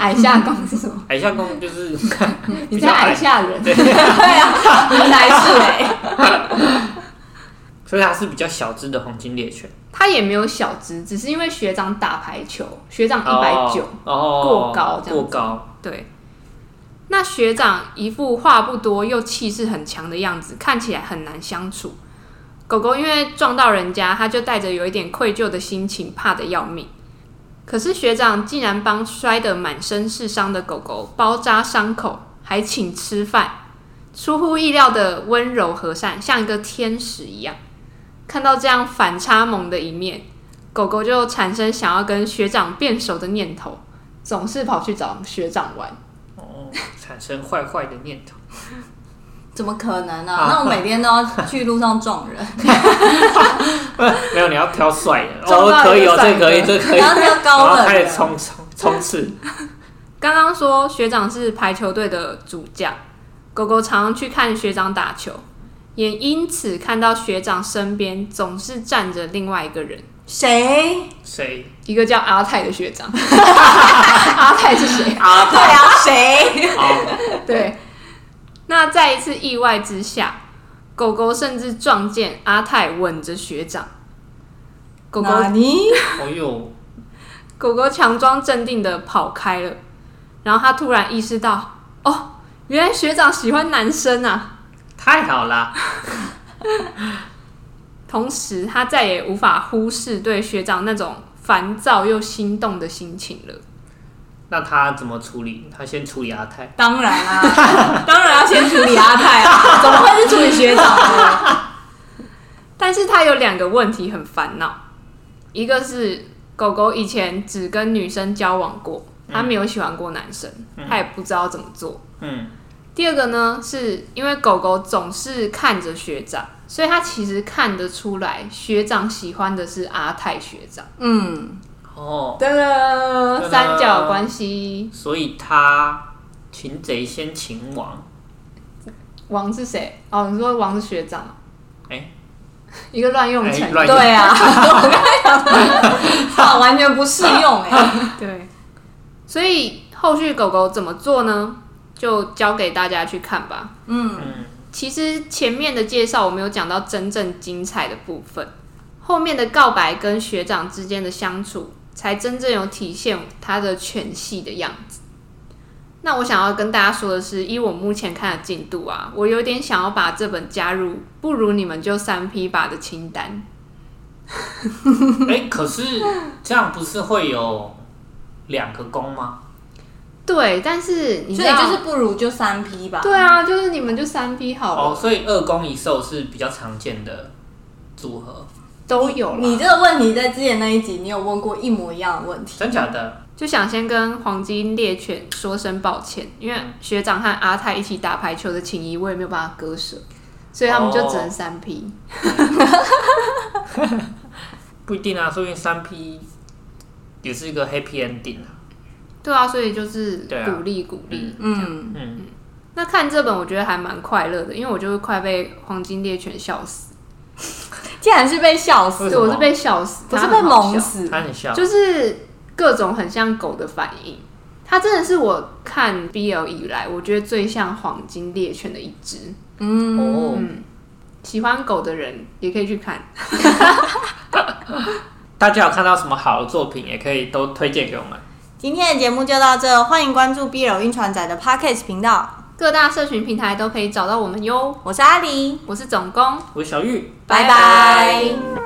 [SPEAKER 2] 矮下公 是什么？
[SPEAKER 3] 矮下攻就是
[SPEAKER 2] 你
[SPEAKER 3] 比
[SPEAKER 2] 在
[SPEAKER 3] 较
[SPEAKER 2] 矮
[SPEAKER 3] 矮，
[SPEAKER 2] 下人，
[SPEAKER 1] 对啊，原来是哎，
[SPEAKER 3] 所以它是比较小只的黄金猎犬，
[SPEAKER 2] 他也没有小只，只是因为学长打排球，学长一百九，
[SPEAKER 3] 哦，
[SPEAKER 2] 过高这样子
[SPEAKER 3] 过高，
[SPEAKER 2] 对。那学长一副话不多又气势很强的样子，看起来很难相处。狗狗因为撞到人家，他就带着有一点愧疚的心情，怕得要命。可是学长竟然帮摔得满身是伤的狗狗包扎伤口，还请吃饭，出乎意料的温柔和善，像一个天使一样。看到这样反差萌的一面，狗狗就产生想要跟学长变熟的念头，总是跑去找学长玩。
[SPEAKER 3] 哦，产生坏坏的念头，
[SPEAKER 1] 怎么可能呢、
[SPEAKER 3] 啊
[SPEAKER 1] 那我每天都要去路上撞人，
[SPEAKER 3] 没有，你要挑帅 的，
[SPEAKER 2] 中
[SPEAKER 3] 哦，
[SPEAKER 2] 到
[SPEAKER 3] 可以
[SPEAKER 2] 一个
[SPEAKER 3] 哦，
[SPEAKER 2] 帅
[SPEAKER 3] 这
[SPEAKER 2] 哥
[SPEAKER 3] 可以，这可以，
[SPEAKER 1] 然后
[SPEAKER 3] 然
[SPEAKER 1] 他又高
[SPEAKER 3] 后
[SPEAKER 1] 冷
[SPEAKER 3] 开始
[SPEAKER 1] 的，
[SPEAKER 3] 冲冲 冲刺，
[SPEAKER 2] 刚刚说学长是排球队的主将，狗狗常常去看学长打球，也因此看到学长身边总是站着另外一个人，
[SPEAKER 1] 谁？
[SPEAKER 3] 谁？
[SPEAKER 2] 一个叫阿泰的 学长。阿泰是谁？
[SPEAKER 3] 阿
[SPEAKER 1] 对啊， 谁？
[SPEAKER 3] 哦，
[SPEAKER 2] 对。那在一次意外之下，狗狗甚至撞见阿泰吻着学长。狗狗
[SPEAKER 1] 哪尼？
[SPEAKER 3] 哦哟，
[SPEAKER 2] 狗狗强装镇定的跑开了，然后它突然意识到，哦，原来学长喜欢男生啊！
[SPEAKER 3] 太好啦，
[SPEAKER 2] 同时，它再也无法忽视对学长那种烦躁又心动的心情了。
[SPEAKER 3] 那他怎么处理？他先处理阿泰，
[SPEAKER 1] 当然啦、当然要先处理阿泰 啊，怎么会是处理学长呢？
[SPEAKER 2] 但是它有两个问题很烦恼，一个是狗狗以前只跟女生交往过，它没有喜欢过男生，它也不知道怎么做。
[SPEAKER 3] 嗯，
[SPEAKER 2] 第二个呢，是因为狗狗总是看着学长，所以它其实看得出来学长喜欢的是阿泰学长。
[SPEAKER 1] 嗯，
[SPEAKER 3] 哦，
[SPEAKER 2] 噔
[SPEAKER 3] 噔
[SPEAKER 2] 噔，三角关系，
[SPEAKER 3] 所以他擒贼先擒王，
[SPEAKER 2] 王是谁？哦，你说王是学长吗？
[SPEAKER 3] 哎，
[SPEAKER 2] 一个乱用成
[SPEAKER 3] 哎
[SPEAKER 2] 语。
[SPEAKER 3] 乱
[SPEAKER 1] 对啊， 我刚才想说，哇完全不适用哎、
[SPEAKER 2] 对，所以后续狗狗怎么做呢？就交给大家去看吧。
[SPEAKER 1] 嗯，
[SPEAKER 3] 嗯，
[SPEAKER 2] 其实前面的介绍我没有讲到真正精彩的部分，后面的告白跟学长之间的相处，才真正有体现他的犬系的样子。那我想要跟大家说的是，依我目前看的进度啊，我有点想要把这本加入不如你们就三 P 吧的清单。
[SPEAKER 3] 哎，可是这样不是会有两个攻吗？
[SPEAKER 2] 对，但是你知
[SPEAKER 1] 所以
[SPEAKER 2] 道，
[SPEAKER 1] 就是不如就三 P 吧。
[SPEAKER 2] 对啊，就是你们就三 P 好了，
[SPEAKER 3] 哦，所以二攻一受是比较常见的组合，
[SPEAKER 2] 都有
[SPEAKER 1] 你
[SPEAKER 2] 了。
[SPEAKER 1] 这个问题在之前那一集，你有问过一模一样的问题。
[SPEAKER 3] 真假的？
[SPEAKER 2] 就想先跟黄金猎犬说声抱歉，因为学长和阿泰一起打排球的情谊，我也没有办法割舍，所以他们就只能三 P。
[SPEAKER 3] 不一定啊，说不定三 P 也是一个 happy ending 啊。
[SPEAKER 2] 对啊，所以就是
[SPEAKER 3] 对啊
[SPEAKER 2] 鼓励鼓励。
[SPEAKER 1] 嗯，
[SPEAKER 3] 嗯，
[SPEAKER 2] 那看这本我觉得还蛮快乐的，因为我就是快被黄金猎犬笑死，
[SPEAKER 1] 竟然是被笑
[SPEAKER 3] 为
[SPEAKER 1] 死
[SPEAKER 3] 什
[SPEAKER 2] 对，，
[SPEAKER 3] 么
[SPEAKER 2] 我是被笑死，
[SPEAKER 1] 不是
[SPEAKER 2] 它
[SPEAKER 1] 被
[SPEAKER 2] 很好
[SPEAKER 1] 萌
[SPEAKER 2] 笑，
[SPEAKER 1] 死。
[SPEAKER 3] 他很笑，
[SPEAKER 2] 就是各种很像狗的反应。它真的是我看 BL 以来，我觉得最像黄金猎犬的一只。
[SPEAKER 1] 嗯，
[SPEAKER 3] 哦，
[SPEAKER 2] 喜欢狗的人也可以去看。
[SPEAKER 3] 大家有看到什么好的作品，也可以都推荐给我们。
[SPEAKER 1] 今天的节目就到这，欢迎关注 B 柔晕船仔的 Podcast 频道，
[SPEAKER 2] 各大社群平台都可以找到我们哟。
[SPEAKER 1] 我是阿狸，
[SPEAKER 2] 我是总工，
[SPEAKER 3] 我是小玉。
[SPEAKER 1] 拜拜